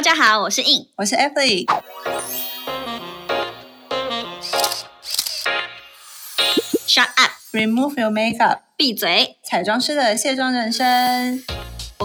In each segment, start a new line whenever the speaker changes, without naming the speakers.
家好，我是 In。
我是 Emily。
Shut up，
Remove your makeup，
闭嘴。
彩妆师的卸妆人生。
我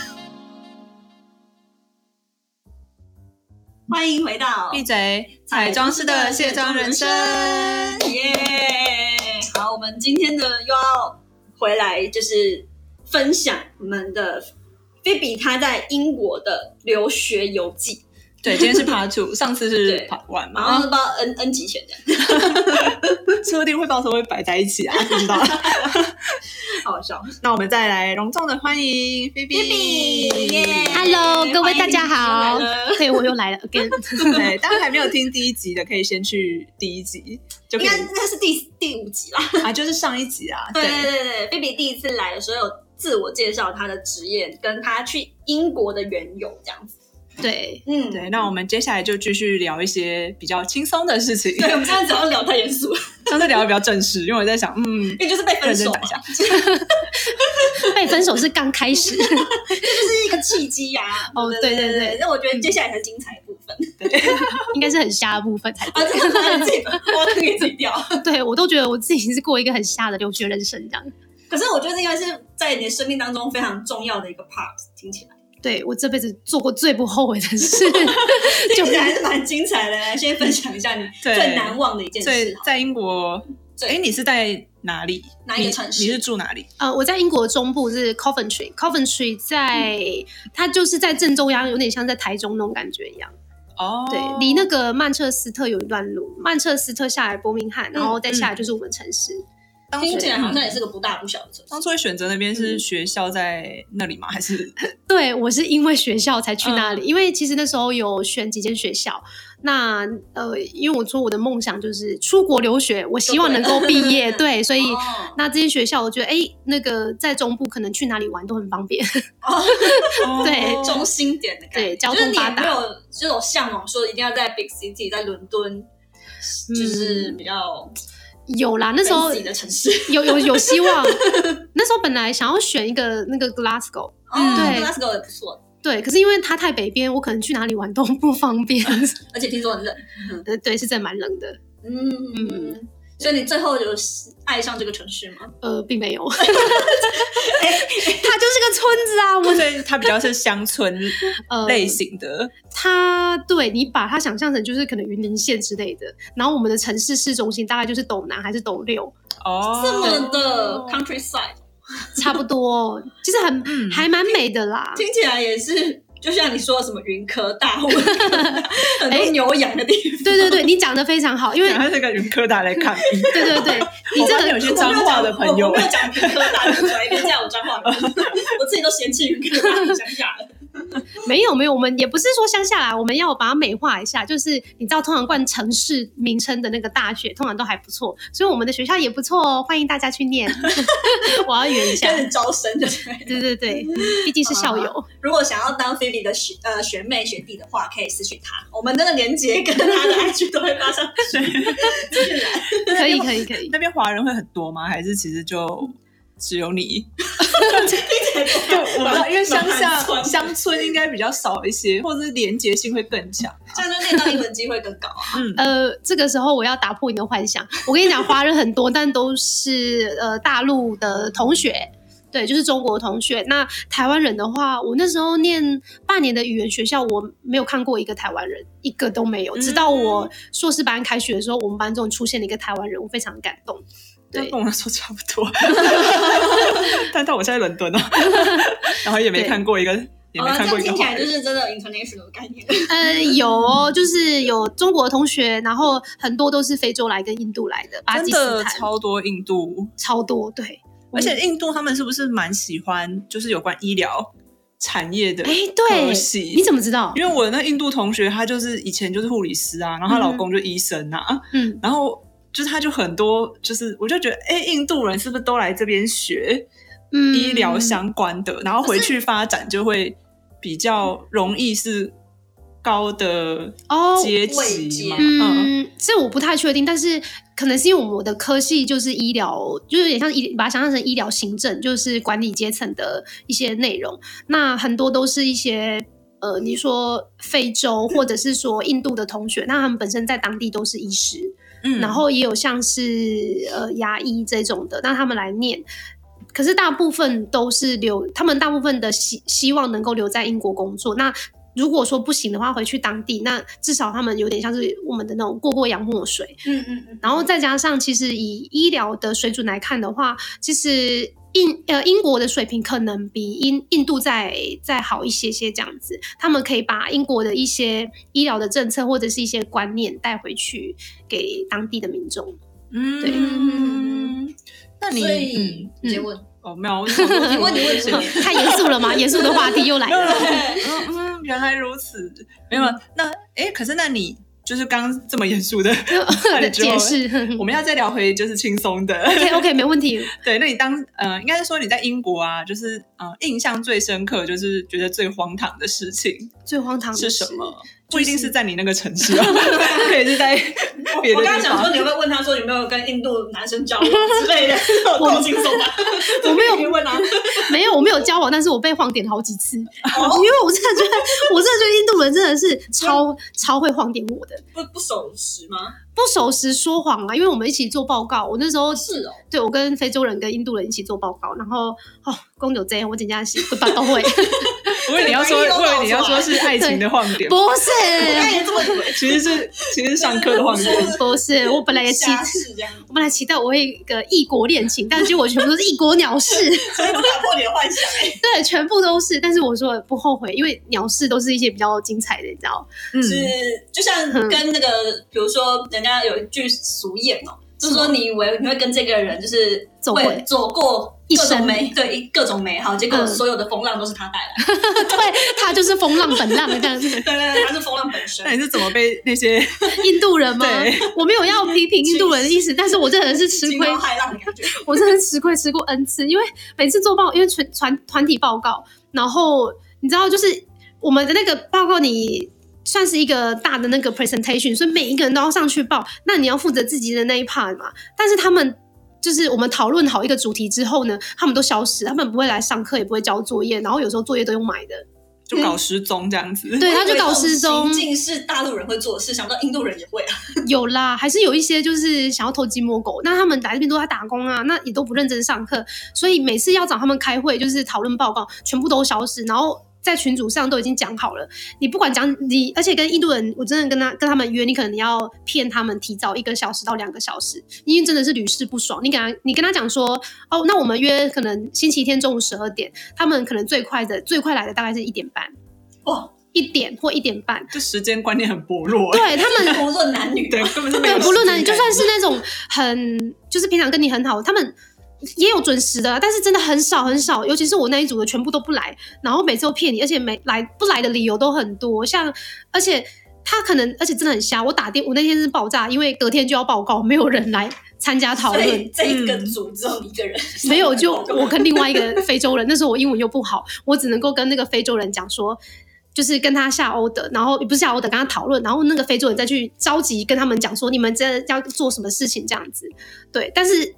欢迎回 到
闭嘴！彩妆师的卸妆人生。
耶好，我们今天呢又要回来，就是分享我们的菲比她在英国的留学游记，
对，今天是 Part Two，上次是
对
Part One
然后
嘛
不，知道 N N 级前的。
说不定会到时候会摆在一起啊，不知道。
好笑。
那我们再来隆重的欢迎菲比。
耶
Hello，各位大家
欢
好
迎你又来了，
对我又来了，again，
对，大家还没有听第一集的，可以先去第一集，就可
应
以
该那是第第五集啦。
啊，就是上一集啊，
对对对对，菲比第一次来的时候有自我介绍她的职业，跟她去英国的缘由这样子。
对，
嗯，
对，那我们接下来就继续聊一些比较轻松的事情，
对，我们现在只要聊太严肃了，
上次聊的比较正式，因为我在想，嗯
因，为就是被分
认
手啊
真
嘛
打一，下，
被分手是刚开始，
这 就是一个契机呀、
哦
对
对对
对，嗯
对
那我觉得接下来才是精彩的部分
应该是很瞎的部分才
啊，这个当然自己 我可以自己掉。
对。对我都觉得我自己是过一个很瞎的留学人生这样。
可是我觉得这个是在你的生命当中非常重要的一个 part，听起来
对我这辈子做过最不后悔的事，
听
就
起来还是蛮精彩 的。来，先分享一下你
对
最难忘的一件
所以
事啊好了，
在英国，
对
哎，你是在哪里？
哪一个城市
你？你是住哪里？
呃，我在英国中部是 Coventry，Coventry 在、它就是在正中央，有点像在台中那种感觉一样。
哦，
对，离那个曼彻斯特有一段路，曼彻斯特下来伯明翰，然后再下来就是我们城市。
当
听
初嗯
起来好像也是个嗯不大不小的城市
当。初会选择那边是学校在那里吗？还是
对，我是因为学校才去那里，因为其实那时候有选几间学校。那呃，因为我说我的梦想就是出国留学，我希望能够毕业， 对，所以。
哦
那这些学校，我觉得哎、那个在中部可能去哪里玩都很方便。对
哦
哎中心点的感觉，
对交通发
就是你有
达
没有这种向往，说一定要在 big city，在伦敦，就是比较
嗯 有啦，那时候
自己的城市，
有有有希望。那时候本来想要选一个那个 Glasgow，
哦
对
，Glasgow 也不错，
对，可是因为它太北边，我可能去哪里玩都不方便。
而且听说很冷，
呃，对，是真的蛮冷的。
嗯
嗯。
所以你最后有爱上这个城市吗？
呃，并没有， 它就是个村子啊。我
所以它比较是乡村
呃，
类型的，
它对你把它想象成就是可能云林县之类的，然后我们的城市市中心大概就是斗南还是斗 六，
哦，
这么的 countryside，
差不多，其实很、
嗯
还蛮美的啦。
听起来也是，就像你说的什么云科大， 或者很多牛羊的地方。
对对对，你讲的非常好， 因为
然后这个云科大来看，
对对对，你
我
这
发现有
个
些脏话的朋
哎
友
我没有讲我没有讲云科大，对不对？别这样，我脏话， 我自己都嫌弃云科大，想啊 想。
没有没有，我们也不是说乡下啦，我们要把它美化一下，就是你知道，通常冠城市名称的那个大学通常都还不错，所以我们的学校也不错哦，欢迎大家去念。 我要圆一下
开，始招生，对不对？
对对对，毕竟是校友，
如果想要当菲比的学呃学妹学弟的话，可以私讯他，我们那个连接跟他的 IG 都会发 上去。
可以可以可以。
那边华人会很多吗？还是其实就只 有你？对，我不知道，因为乡
蛮蛮
下
蛮
乡村应该比较少一些，或者是连结性会更强。
这样就练到英文机会更高啊！
嗯，
呃，这个时候我要打破你的幻想。我跟你讲，华人很多，但都是呃大陆的同学，对，就是中国同学。那台湾人的话，我那时候念半年的语言学校，我没有看过一个台湾人，一个都没有。直到
嗯
我硕士班开学的时候，我们班中出现了一个台湾人，我非常感动。
那
对
跟我来说差 不多。但但我现在伦敦哦，然后也没看过一个， 也
好哦
没
了，这
看过
样
一个
听起
华
来就
人。
是真的 international 的概念。
呃，有哦，就是有中国同学，然后很多都是非洲来跟印度来的，巴
真
基斯
的
坦
超多印度，
嗯
超多，对。
而且印度他们是不是蛮喜欢就是有关医疗产业的
哎、对
科，系？
你怎么知道？
因为我那印度同学，她就是以前就是护理师啊，然后她老公就医生啊，
嗯，
然后就是他就很多，就是我就觉得，哎、印度人是不是都来这边学
嗯
医疗相关的，然后回去发展就会比较容易是高的
哦，
阶
位
级
阶
嘛？嗯，
嗯，这我不太确定，但是可能是因为我的科系就是医疗，就是有点像医，把它想象成医疗行政，就是管理阶层的一些内容。那很多都是一些呃，你说非洲或者是说印度的同学，那他们本身在当地都是医师，
嗯
然后也有像是呃牙医这种的，让他们来念。可是大部分都是留，他们大部分的希希望能够留在英国工作。那如果说不行的话，回去当地，那至少他们有点像是我们的那种过过洋墨水。
嗯嗯嗯，
然后再加上，其实以医疗的水准来看的话，其实印呃英国的水平可能比印印度再再好一些些这样子。他们可以把英国的一些医疗的政策或者是一些观念带回去给当地的民众。
嗯，
对
嗯那你
所以
嗯
你先 问，
哦没有，我想说
你问你问什么？
太严肃了吗？严肃的话题又来了。
对
嗯嗯，原来如此，没有那哎、可是那你就是刚这么严肃的话题之后
解释。
我们要再聊回就是轻松的。
嗯 OK 哦 OK，没问题。
对，那你当呃，应该是说你在英国啊，就是呃，印象最深刻，就是觉得最荒唐的事情
最荒唐的
是什
事？
么？不
就是
一定是在你那个城市 啊，可以是在别的
我
地
刚刚想说，
方。
你会不会问他说有没有跟印度男生交往之类 的？够轻松吧？我没有问啊，
没有，我没有交往，但是我被晃点好几次，
哦
因为我真的觉得，我真的觉得印度人真的是超超会晃点我的。
不不守时吗？
不守时说谎啊，因为我们一起做报告，我那时候
是哦，
对我跟非洲人跟印度人一起做报告，然后哦，公牛这我简直是会把 都会，不
我以为你要说，
这个
我以为你要说是爱情的晃点，
我刚
是
也这么以为，
其实是其实是上课的晃点。
不是，我本来也期
瞎是这样，
我本来期待我会一个异国恋情，但结果全部都是异国鸟事，
所以你打破你的幻想。欸
对，全部都是。但是我说不后悔，因为鸟事都是一些比较精彩的，你知道？
嗯，
是就像
嗯
跟那个，比如说人家有一句俗谚哦，就是说你以为你会跟这个人就是
走过
会走过
一
各种
生
美，对一各种美好，结果
嗯
所有的风浪都是他带来 的，
对，它就是风浪本浪这 样子。
对对对，他是风浪本身
哎
那。你是怎么被那些
印度人吗
对？
我没有要批评印度人的意思，但是我这人是吃
惊
亏
涛骇浪的感觉，
我真的吃亏吃过 N 次，因为每次做报，因为全团团体报告，然后你知道，就是我们的那个报告，你算是一个大的那个 presentation，所以每一个人都要上去报，那你要负责自己的那一 part 嘛。但是他们就是我们讨论好一个主题之后呢，他们都消失，他们不会来上课，也不会交作业，然后有时候作业都用买的，
就搞失踪这样子？
对，他就搞失
我以为
踪
这种。行径是大陆人会做的事，想不到印度人也会啊。
有啦，还是有一些就是想要偷鸡摸狗，那他们来这边都在打工啊，那也都不认真上课，所以每次要找他们开会，就是讨论报告，全部都消失，然后。在群组上都已经讲好了，你不管讲你，而且跟印度人，我真的跟他跟他们约，你可能要骗他们提早一个小时到两个小时，因为真的是屡试不爽。你跟他你跟他讲说，哦，那我们约可能星期天中午十二点，他们可能最快的最快来的大概是一点半，
哇，
一点或一点半，
就时间观念很薄弱。
对哦他们
无论男女，
对，根本就没有时间
对，
感。
不论男啊女，就算是那种很就是平常跟你很好，他们也有准时的啊，但是真的很少很少，尤其是我那一组的全部都不来，然后每次都骗你，而且没来不来的理由都很多，像而且。他可能，而且真的很瞎。我打电，我那天是爆炸，因为隔天就要报告，没有人来参加讨
所
论嗯
以。这个组只有你一个人，
没 有，就我跟另外一个非洲人， 那时候我英文又不好，我只能够跟那个非洲人讲说，就是跟他下 order，然后也呃不是下 order，跟他讨论，然后那个非洲人再去着急跟他们讲说，你们这要做什么事情这样子。对，但是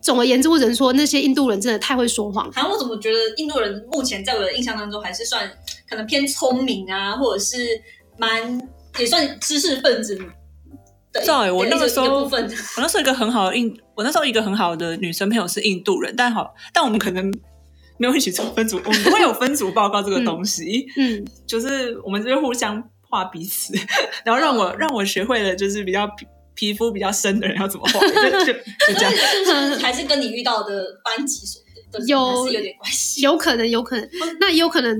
总而言之，我只能说那些印度人真的太会说谎。
好像我怎么觉得印度人目前在我的印象当中还是算可能偏聪明啊，或者是蛮也算知识分子的一。
对欸我
的
那个
一
时候
一部 分，
我那时候一个很好的印，我那时候一个很好的女生朋友是印度人，但好，但我们可能没有一起做分组，我们不会有分组报告这个东西，
嗯，
就是我们就是互相画彼此，然后让
嗯
我让我学会了就是比较皮皮肤比较深的人要怎么画， 就就就这样。
是不是还是跟你遇到的班级所的
有
还是有点关系？
有可能，有可能，那也有可能，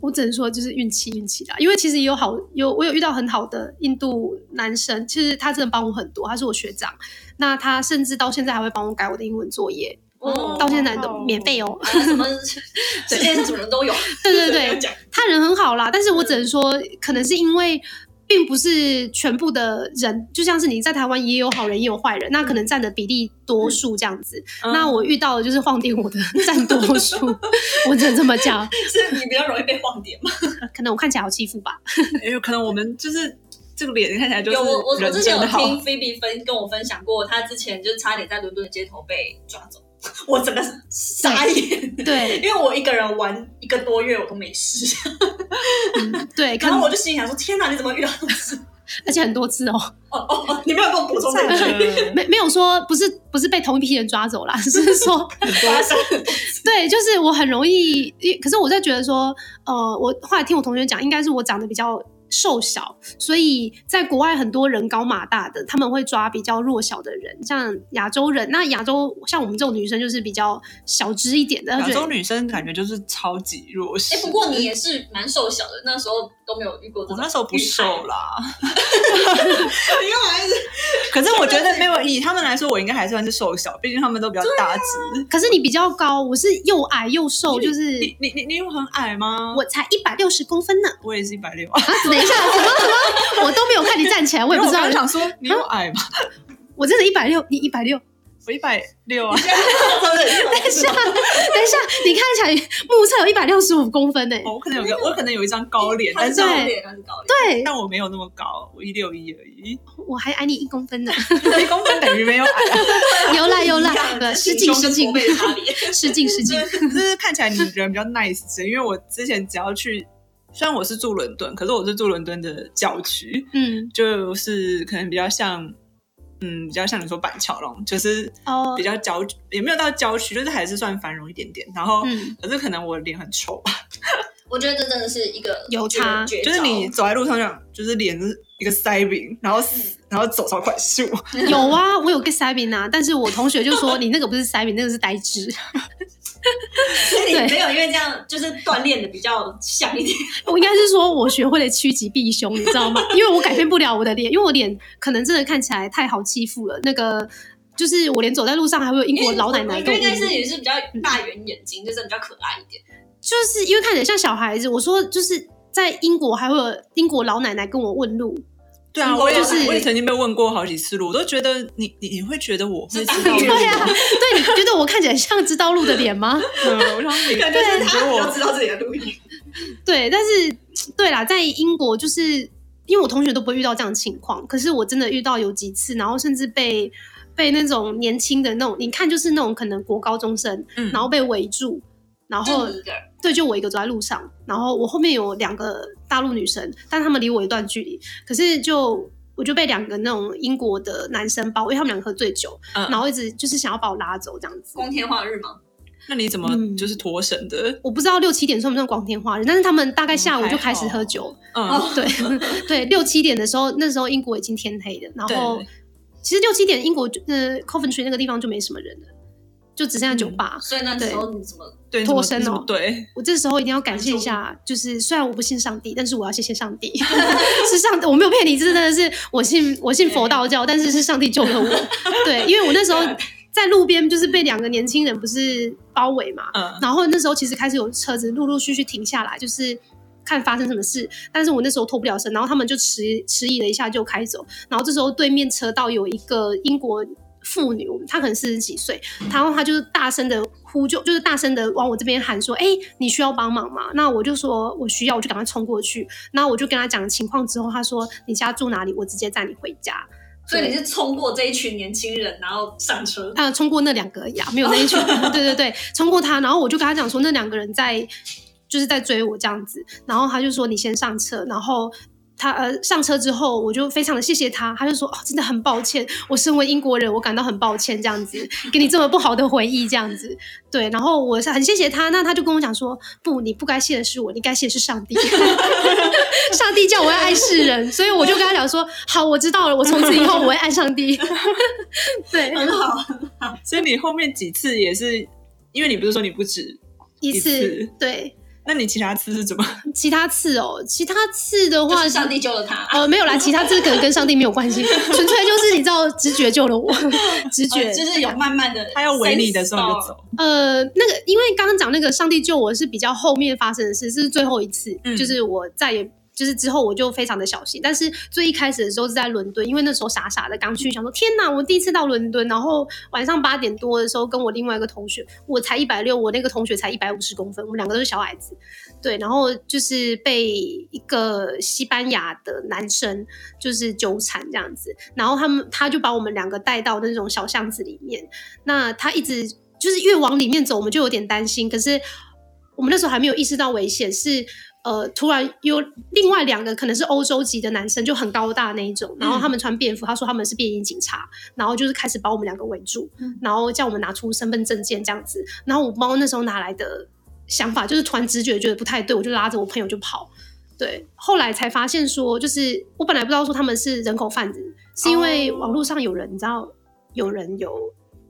我只能说就是运气，运气啦。因为其实也有好有我有遇到很好的印度男生，其实他真的帮我很多，他是我学长，那他甚至到现在还会帮我改我的英文作业，
哦
到现在都
哦
免费哦。
啊什么世界上什么人都有，
对
这
对
个
对
要，讲嗯
他人很好啦，但是我只能说，可能是因为并不是全部的人，就像是你在台湾也有好人也有坏人，那可能占的比例多数这样子。
嗯
那我遇到的就是晃定我的占多 数，我只能这么讲。
是你比较容易被晃点嘛？
可能我看起来好欺 负吧？
也有可能我们就是这个脸看起来就是
有我我我
人
之前有
真好
听菲比分跟我分享过，他之前就是差点在伦敦的街头被抓走，我整个傻眼，
对
因为我一个人玩一个多月我都没事，
对，可
然后
能
我就心里想说：天哪，你怎么遇到这种事？
而且很多次哦，
哦哦，哦你没有跟我补充这个，
嗯
没没有说不是不是被同一批人抓走啦， 只是说
发生
对，就是我很容易，因可是我在觉得说，呃，我后来听我同学讲，应该是我长得比较瘦小，所以在国外很多人高马大的，他们会抓比较弱小的人，像亚洲人，那亚洲像我们这种女生就是比较小只一点的，
亚
她觉
洲
得
女生感觉就是超级弱势。
哎、不过你也是蛮瘦小的，那时候都没有遇过这
我
种。
那时候不瘦， 啦，
你干嘛一直？
可是我觉得没有以他们来说，我应该还算是瘦小，毕竟他们都比较大只。
可是你比较高，我是又矮又瘦，就是
你你你你有很矮吗？
我才一百六十公分呢。
我也是一百六，
啊，等一下，什么什么，我都没有看你站起来，我也不知
因为
道啊
刚，想说你有矮吗？
我真的一百六，你一百六。
我一百六啊，
等一下，等一下，你看起来目测有一百六十五公分呢、
我可能有个我可能有一张高脸，
他
但
是
是
高
对
脸，他是高脸。
对，
但我没有那么高，我一六一而已，
我还矮你一公 分呢。
一公分等于没有矮啊，
有啦有啦
一样，
呃，
的
失敬
体重
失
跟
敬
驼，背的差别
失敬失敬。
就是看起来你人比较 nice 些因为我之前只要去。虽然我是住伦敦，可是我是住伦敦的郊区，
嗯，
就是可能比较像，嗯，比较像你说板桥那种，就是
哦
比，较郊区，也没有到郊区，就是还是算繁荣一点点。然后，
嗯，
可是可能我脸很丑吧，
我觉得这真的是一个
有差
绝
就是你走在路上这样，就是脸是一个腮饼，然后
嗯
嗯
死、然后走超快 速，
有啊，我有个塞饼啊，但是我同学就说你那个不是塞饼，那个是呆滞。
所以你没
对
有因为这样就是锻炼的比较像一点。
我应该是说我学会了趋吉避凶，你知道吗？因为我改变不了我的脸，因为我脸可能真的看起来太好欺负了。那个就是我连走在路上还会有英国老奶奶
因
跟
为
我
应该
问路
是也是比较大圆眼睛，就是比较可爱一点。
就是因为看起来像小孩子。我说就是在英国还会有英国老奶奶跟我问路，
对啊，
嗯
我也、
就是
我也曾经被问过好几次路，我都觉得你你你会觉得我会
是
知
大
道
人
路
对啊，对，你觉得我看起来像知道路的脸吗？
嗯，我想你
啊
感觉
你
是
觉
他
得
要
我
知道自己的路径。
对，但是对啦，在英国就是因为我同学都不会遇到这样的情况，可是我真的遇到有几次，然后甚至被被那种年轻的那种，你看就是那种可能国高中生，
嗯
然后被围住，然后
就你一个人，
对，就我一个走在路上，然后我后面有两个大陆女生，但她们离我一段距离，可是就。我就被两个那种英国的男生包，因为他们两个喝醉酒，
嗯
然后一直就是想要把我拉走这样子。
光天化日嘛，
那你怎么
嗯
就是脱绳的？
我不知道六七点算不算光天化日，但是他们大概下午就开始
还好
喝酒，
嗯，
哦
对 对，六七点的时候，那时候英国已经天黑了，然后
对
其实六七点英国就呃 Coventry 那个地方就没什么人了，就只剩下酒吧。
所以那时候你怎么
对，你怎么
脱身哦
你怎么对，
我这时候一定要感谢一下，就是虽然我不信上帝，但是我要谢谢上帝， 是上我没有骗你，这真的是我信我信佛道教，但是是上帝救了我。 对，因为我那时候在路边就是被两个年轻人不是包围嘛，
嗯，
然后那时候其实开始有车子陆陆续续停下来，就是看发生什么事。但是我那时候脱不了身，然后他们就迟迟疑了一下就开走。然后这时候对面车道有一个英国妇女，她可能四十几岁，然后她就是大声的呼救，就是大声的往我这边喊说：“哎、你需要帮忙吗？”那我就说我需要，我就赶快冲过去。然后我就跟她讲情况之后，她说：“你家住哪里？我直接载你回家。”
所以你是冲过这一群年轻人，然后上车，
啊，冲过那两个而已啊，没有那一群。 对对对，冲过他，然后我就跟他讲说，那两个人在就是在追我这样子，然后他就说你先上车，然后。他呃上车之后，我就非常的谢谢他，他就说哦，真的很抱歉，我身为英国人，我感到很抱歉这样子，给你这么不好的回忆这样子，对，然后我是很谢谢他，那他就跟我讲说，不，你不该谢的是我，你该谢的是上帝， 上帝叫我要爱世人，所以我就跟他讲说，好，我知道了，我从此以后我会爱上帝， 对，
很好。
所以你后面几次也是，因为你不是说你不止，
一
一
次，
次
对，
那你其他次是怎么？
其他次哦，其他次的
就
话，
是上帝救了他。
呃没有啦，其他次可能跟上帝没有 关系，纯粹就是你知道直觉救了我，直觉、
呃就是有慢慢的，
他要围你的时候你就
走。
走，
呃那个，因为刚刚讲那个上帝救我是比较后面发生的事，这是最后一次，
嗯
就是我再也。就是之后我就非常的小心。但是最一开始的时候是在伦敦，因为那时候傻傻的刚去，想说天哪，我第一次到伦敦。然后晚上八点多的时候，跟我另外一个同学，我才一百六，我那个同学才一百五十公分，我们两个都是小矮子。对，然后就是被一个西班牙的男生就是纠缠这样子，然后他们他就把我们两个带到那种小巷子里面，那他一直就是越往里面走，我们就有点担心，可是我们那时候还没有意识到危险是。呃，突然有另外两个可能是欧洲籍的男生，就很高大那一种，然后他们穿便服，他说他们是便衣警察，然后就是开始把我们两个围住，然后叫我们拿出身份证件这样子，然后我猫那时候拿来的想法就是突然直觉觉得不太对，我就拉着我朋友就跑，对，后来才发现说，就是我本来不知道说他们是人口贩子，是因为网络上有人你知道有人有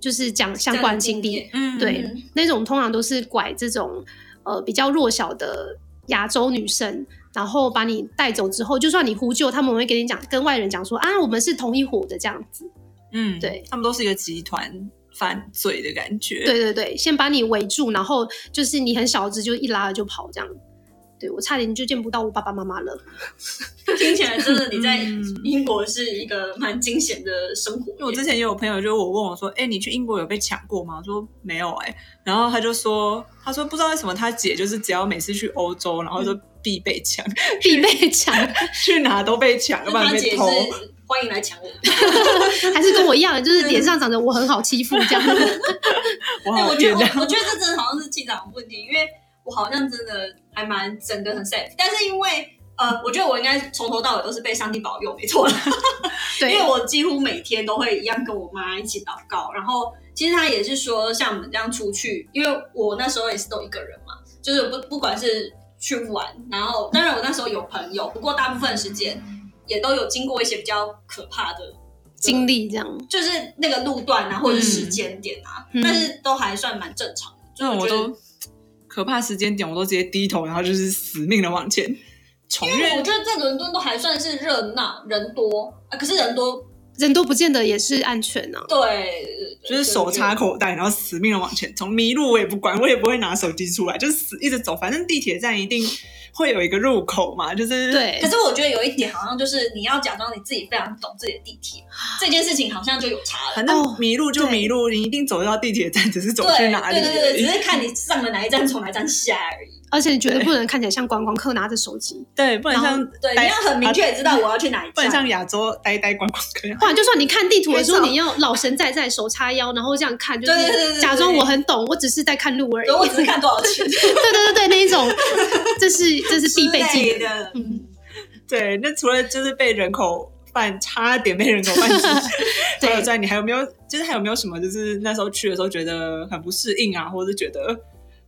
就是讲相关经历，
嗯
对
嗯，
那种通常都是拐这种呃比较弱小的亚洲女生，然后把你带走之后，就算你呼救，他们会给你讲，跟外人讲说啊，我们是同一伙的这样子。
嗯，
对，
他们都是一个集团犯罪的感觉。，
对对对，先把你围住，然后就是你很小只就一拉就跑这样。对我差点就见不到我爸爸妈妈了。
听起来真的你在
嗯
英国是一个蛮惊险的生活耶。
因为我之前也有朋友，就是我问我说：“哎、你去英国有被抢过吗？”我说没有哎、然后他就说：“他说不知道为什么他姐就是只要每次去欧洲，然后就必被 抢，
必备强，
去哪都被抢，要
那
不然
他
被
姐
偷。
是欢迎来抢 我。
还是跟我一样，就是脸上长着我很好欺负这样子。
我
对，
好
哎我觉
倔
得
强。
我我觉得这真的好像是气场问题，因为我好像真的还蛮整个很 safe，但是因为呃，我觉得我应该从头到尾都是被上帝保佑，没错啦， 因
对
为，我几乎每天都会一样跟我妈一起祷告，然后其实她也是说，像我们这样出去，因为我那时候也是都一个人嘛，就是不不管是去玩，然后当然我那时候有朋友，不过大部分时间也都有经过一些比较可怕的
经历这样，
就是那个路段啊，或者是时间点啊，
嗯
但是都还算蛮正常的。就
这种我
觉得
都可怕时间点，我都直接低头，然后就是死命的往前冲，因
我
为
觉得在伦敦都还算是热闹，人多啊，可是人多
人都不见得也是安全呢、啊。
对，
就是手插口袋，然后死命的往前冲，迷路我也不管，我也不会拿手机出来，就是死一直走，反正地铁站一定会有一个入口嘛，就是
对
可，是我觉得有一点好像就是你要假装你自己非常懂自己的地铁这件事情，好像就有差了。
反正
哦
迷路就迷路，你一定走到地铁站，只是走去
对
哪里
对对
而
对，只
已。
是看你上了哪一站，从哪一站下而已。
而且你绝对
对
不能看起来像观光客拿着手机，
对，不能像
对，
哎
你要很明确地知道我要去哪一
不能
站。
像亚洲呆呆观光客一样，
不然就算你看地图的时候，
没错
你要老神在在，手叉腰，然后这样看，就
对对对对
是
对
假装我很懂，我只是在看路而已。
对，我只是看多少钱
对对对对，那一种，这是这是必备
之
技
类
能。
的。
嗯，
对，那除了就是被人口贩，差点被人口贩之外
对
还有在你还有没有，就是还有没有什么，就是那时候去的时候觉得很不适应啊，或者是觉得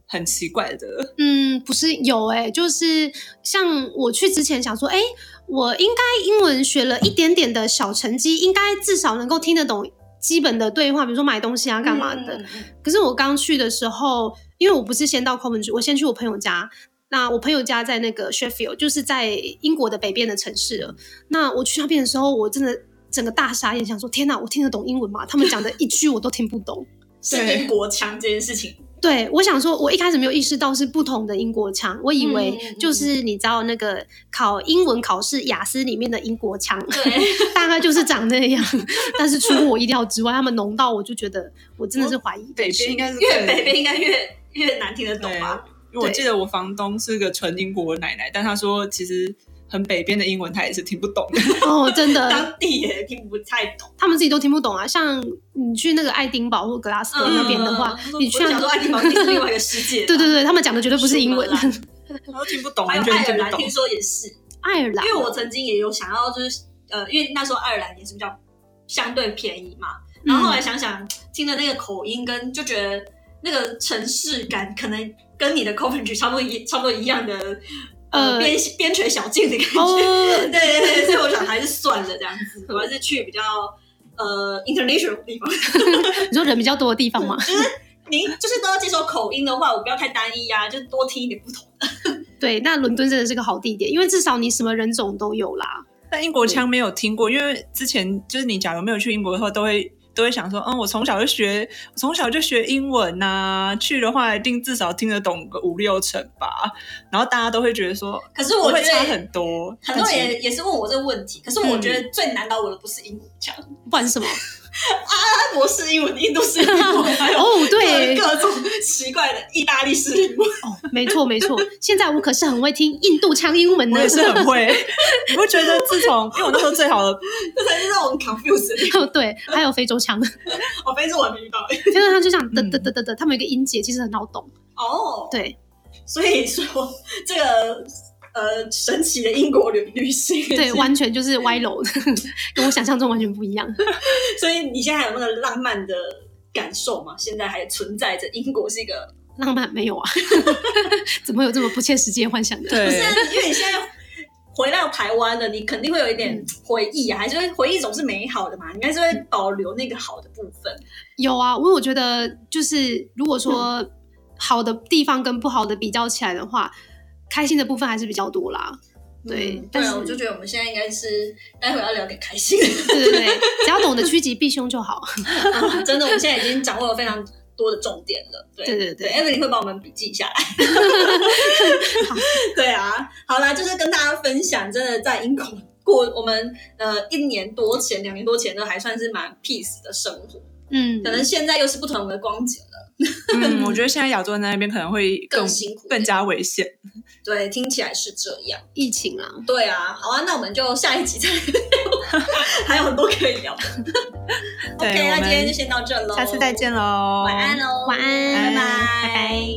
很奇怪的？
嗯，不是有哎、就是像我去之前想说，哎、我应该英文学了一点点的小成绩，应该至少能够听得懂基本的对话，比如说买东西啊、 干嘛的。
嗯？
可是我刚去的时候，因为我不是先到 Coventry，我先去我朋友家。那我朋友家在那个 Sheffield，就是在英国的北边的城市了。那我去那边的时候，我真的整个大傻眼，想说：天哪，我听得懂英文吗？他们讲的一句我都听不懂。
是
对
英国腔这件事情，
对，我想说，我一开始没有意识到是不同的英国腔，我以为
嗯嗯嗯
就是你知道那个考英文考试雅思里面的英国腔，
对，
大概就是长那样。但是出乎我意料之外，他们浓到我就觉得我真的是怀疑
北
人生
边应该是
越
更
北边应该越越难听得懂
对
吧？
因为我
对
记得我房东是个纯英国奶奶，但她说其实很北边的英文她也是听不懂 的。
哦，真的
当地也听不太懂。
他们自己都听不懂啊。像你去那个爱丁堡或格拉斯哥那边的话，
嗯
你去
我
那
想说爱丁堡是另外一个世界，
对对，对，他们讲的绝对不是英文。
是 吗
然后听不懂，
还有
完全
爱
听
尔
不
兰，
懂。
听说也是，
爱尔兰
因，为我曾经也有想要，就是呃，因为那时候爱尔兰也是比较相对便宜嘛，然后后来想想听的那个口音跟就觉得那个城市感可能跟你的 Coventry 差不多一差不多一样的，
呃
呃，边边陲小径的感觉。
哦
对，对对，所以我想还是算了这样子，我还是去比较呃 international 的地方。
你说人比较多的地方嘛，
您就是都要接受口音的话，我不要太单一呀、就是多听一点不同的。
对，那伦敦真的是个好地点，因为至少你什么人种都有啦。
但英国腔没有听过，因为之前就是你假如没有去英国的话，都会都会想说，嗯，我从小就学，我从小就学英文呐、去的话一定至少听得懂个五六成吧。然后大家都会觉得说，
可是我
会
觉得
差很多，
很多人
但其实
也也是问我这个问题，可是我觉得最难倒我的不是英文腔，
不然是什么？
阿博士英文、印度式英文，还有
哦，
各
对，
各种奇怪的意大利式英文。
没错没错。现在我可是很会听印度腔英文
我
呢，
也是 很会。你不觉得自从因为我那时候最好的
这才是让我很 confused。
哦对，还有非洲腔，
哦，非洲我还没遇到欸
非洲腔就像得
嗯
得得得得，他们有一个音节其实很好懂。
哦，
对，
所以说这个呃神奇的英国旅旅行，
对，完全就是歪楼的， 跟我想象中完全不一样。
所以你现在还有那个浪漫的感受吗？现在还存在着英国是一个，
浪漫没有啊？ 怎么会有这么不切实际的幻想的？
不是
对
啊，因为你现在。回到台湾了，你肯定会有一点
嗯
回忆啊，还是会回忆总是美好的嘛，你还是会保留那个好的部分。
有啊，因为我觉得就是如果说
嗯
好的地方跟不好的比较起来的话，开心的部分还是比较多啦。对
嗯
但
对
是
啊，我就觉得我们现在应该是待会要聊点开心的。
对对对，只要懂得趋吉避凶就好。
啊真的，我们现在已经掌握了非常多的重点了。对
对对对
对，Evelyn 会帮我们笔记下来。 对啊，好啦，就是跟大家分享，真的在英国过我们呃一年多前、两年多前呢，还算是蛮 peace 的生活，
嗯，
可能现在又是不同的光景了，
嗯，我觉得现在亚洲人在那边可能会更
更辛苦，
更。加危险。
对，听起来是这样。
疫情啦，
对啊，好啊，那我们就下一集再聊， 还有很多可以聊。
对
OK，那
我们
今天就先到这喽，
下次再，见喽，
晚安喽，哦
晚安，
拜
拜
拜。